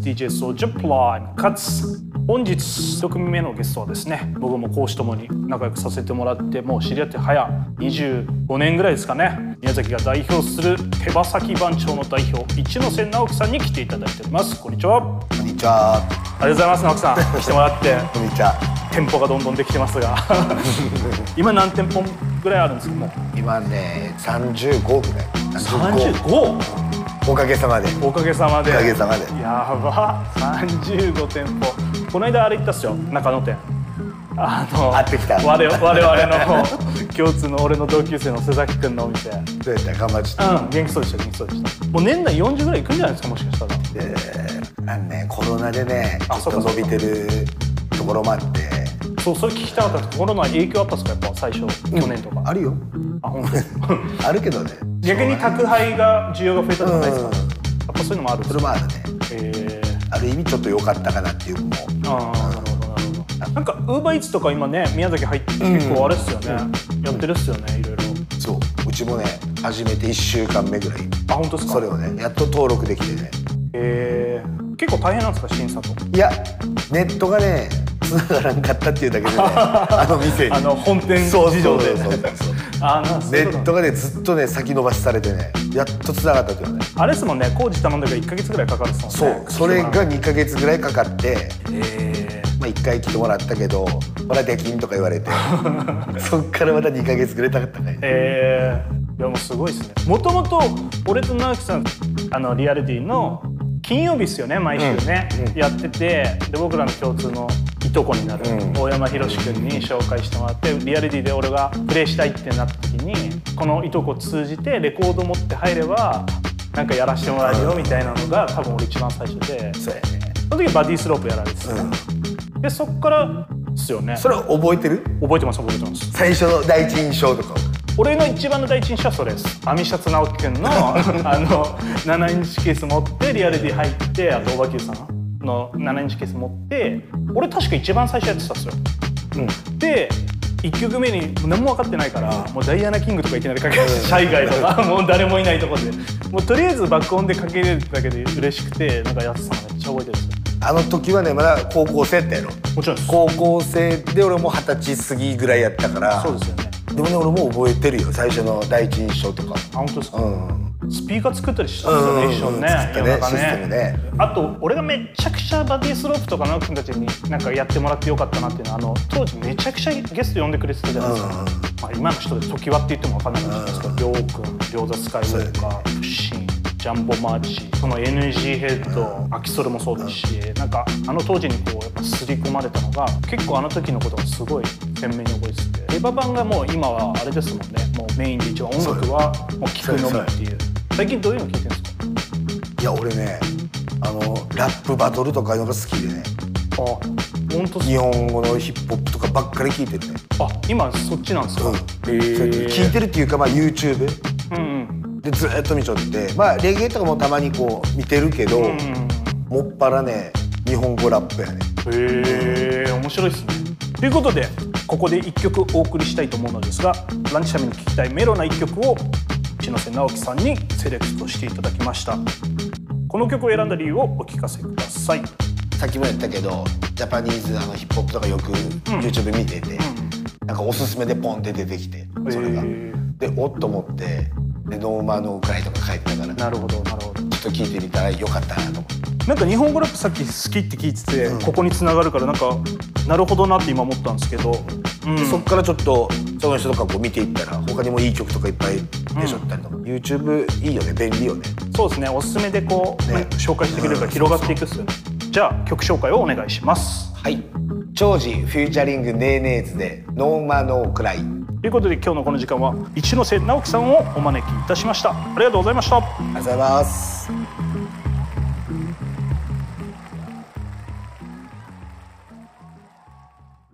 DJ ソウジャプライムカツ本日1組目のゲストはですね僕も講師ともに仲良くさせてもらってもう知り合って早25年ぐらいですかね宮崎が代表する手羽先番長の代表一ノ瀬直樹さんに来ていただいておりますこんにちはこんにちは。ありがとうございます直樹さん来てもらってこんにちは。店舗がどんどんできてます が今何店舗ぐらいあるんですかもう今ね、三十五ぐらい。 35おかげさまで。おかげさまでおかげさまでやば35店舗この間あれ行ったっすよ中野店あの会ってきた我我々の共通の俺の同級生の瀬崎君のお店うんどうやった頑張ってた。元気そうでした元気そうでしたもう年内40ぐらい行くんじゃないですかもしかしたらで、あのね、コロナでね、あちょっとそうか伸びてるところもあって。そうそれ聞きたかったんですコロナ影響あったっすかやっぱ最初去年とか、あるよ。あ本当にあるけどね。逆に宅配が需要が増えたじゃないですか、うんやっぱそういうのもあるんでそすれかもあるね。えーある意味ちょっと良かったかなっていうのも。ああなるほどなるほどなんかウーバーイーツとか今ね宮崎入って結構あれっすよね、やってるっすよねいろいろそう、うちもね、初めて一週間目ぐらい。あ本当ですかそれをね、やっと登録できてね。えー、結構大変なんですか審査といや、ネットがね、繋がらんかったっていうだ けでね。あの店に。あの本店そう事情でそうそうそうそう あなんかそういネうことットがねずっとね先延ばしされてねやっと繋がったけどねあれっすもんね工事頼んだから1か月ぐらいかかるっすもんねそうそれが2ヶ月ぐらいかかって、えまあ、1回来てもらったけどまだできんとか言われ てそっからまた2ヶ月ぐらい経ったかいー、えー、いやもうすごいっすねもともと俺と直樹さんあのリアリティの金曜日っすよね毎週ね、やっててで僕らの共通のいとこになる、うん大山宏君に紹介してもらってリアリティで俺がプレイしたいってなった時にこのいとこを通じてレコード持って入ればなんかやらしてもらえるよみたいなのが多分俺一番最初でそうやねその時バディスロープやられてて、でそっからっすよねそれ覚えてる覚えてます覚えてます最初の第一印象とか俺の一番の第一印象はそれですアミシャツ直樹くん のあの7インチケース持ってリアリティ入ってあとおばきゅうさんの7インチケース持って俺確か一番最初やってたんですよ、で1曲目に何も分かってないからもうダイアナ・キングとかいきなりかけて シャイガイとかもう誰もいないとこでもうとりあえず爆音でかけれるだけで嬉しくてなんかやってたのめっちゃ覚えてるんですよあの時はねまだ高校生やったやろもちろんです高校生で俺も二十歳過ぎぐらいやったからそうですよねでもね俺も覚えてるよ最初の第一印象とかあ本当ですか、うんスピーカー作ったりしたんですよね、一緒うんにね作ったね夜中システムねあと俺がめちゃくちゃバディスロープとか直樹君たちになんかやってもらってよかったなっていうのはあの当時めちゃくちゃゲスト呼んでくれてたじゃないですか、まあ、今の人で常盤って言っても分かんないかもしれないですけどりょうくん餃子スカイウォーカー不審ジャンボマーチその NG ヘッドアキソルもそうですしなんかあの当時にこうやっぱ刷り込まれたのが結構あの時のことがすごい鮮明に覚えててレバ版がもう今はあれですもんねもうメインで一応音楽はもう聴くのみっていう最近どういうの聴いてるんですかいや俺ねあのラップバトルとかいうのが好きでねあ本当っす日本語のヒップホップとかばっかり聞いてるね、あ今そっちなんですか、うんへーそうやって聞いてるっていうか、まあ、YouTube うんうんでずーっと見ちゃってまあレゲエとかもたまにこう見てるけど、うんうんもっぱらね日本語ラップやねへえ面白いですねということでここで1曲お送りしたいと思うのですがランチタイムに聴きたいメロな1曲を一ノ瀬直樹さんにセレクトしていただきましたこの曲を選んだ理由をお聞かせくださいさっきも言ったけどジャパニーズあのヒップホップとかよく YouTube 見てて、なんかおすすめでポンって出てきてそれがへーでおっと思ってでノーマーのぐらいとか書いてたからちょなるほどなるほどっと聞いてみたらよかったなと思って。なんか日本語ラップさっき好きって聞いてて、ここに繋がるからなんかなるほどなって今思ったんですけど、うんそっからちょっとその人とかこう見ていったら他にもいい曲とかいっぱい出ちゃったりとか、YouTube いいよね便利よねそうですねおすすめでこう、ね紹介してくれれば広がっていくっすよねじゃあ曲紹介をお願いしますはい長寿フューチャリングネーネーズでノーマノーくらいありということで今日のこの時間は一ノ瀬直樹さんをお招きいたしましたありがとうございましたがとうございます